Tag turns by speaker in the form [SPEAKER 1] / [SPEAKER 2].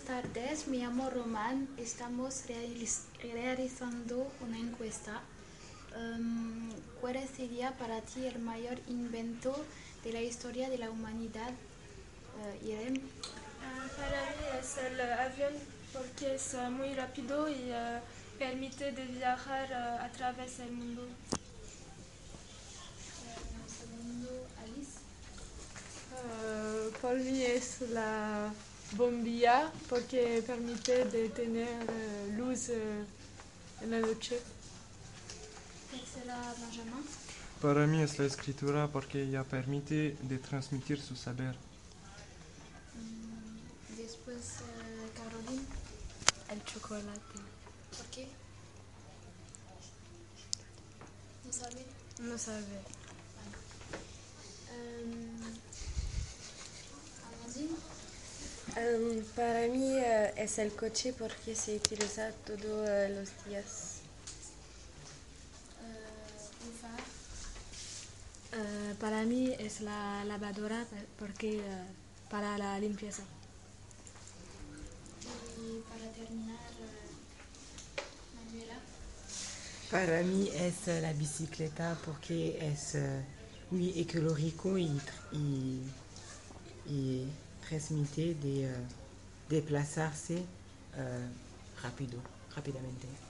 [SPEAKER 1] tardes, me llamo Román. Estamos realiz- realizando una encuesta. Em, ¿Cuál sería para ti el mayor invento de la historia de la humanidad, Eh, Irene?
[SPEAKER 2] Ah, Para mí es el avión porque es eh, muy rápido y eh, permite de viajar eh, a través del mundo.
[SPEAKER 1] un segundo, Alice.
[SPEAKER 3] Eh, Para mí es la bombilla porque permite de tener eh, luz eh, en la noche.
[SPEAKER 1] ¿Cuál será Benjamin?
[SPEAKER 4] Para mí es la escritura porque ella permite de transmitir su saber.
[SPEAKER 1] Mm, después, eh, Caroline.
[SPEAKER 5] El chocolate.
[SPEAKER 1] ¿Por qué? ¿No sabe?
[SPEAKER 5] No sabe.
[SPEAKER 1] Um, Amandine.
[SPEAKER 6] Um, para mí eh, es el coche porque se utiliza todos eh, los días.
[SPEAKER 1] Eh, Ufa.
[SPEAKER 5] Eh, para mí es la lavadora porque eh, para la limpieza.
[SPEAKER 1] Y para terminar, eh, Manuela.
[SPEAKER 7] Para mí es la bicicleta porque es eh, muy ecológico y, tr- y, y euh, transmite de eh, desplazarse eh, rápido, rápidamente.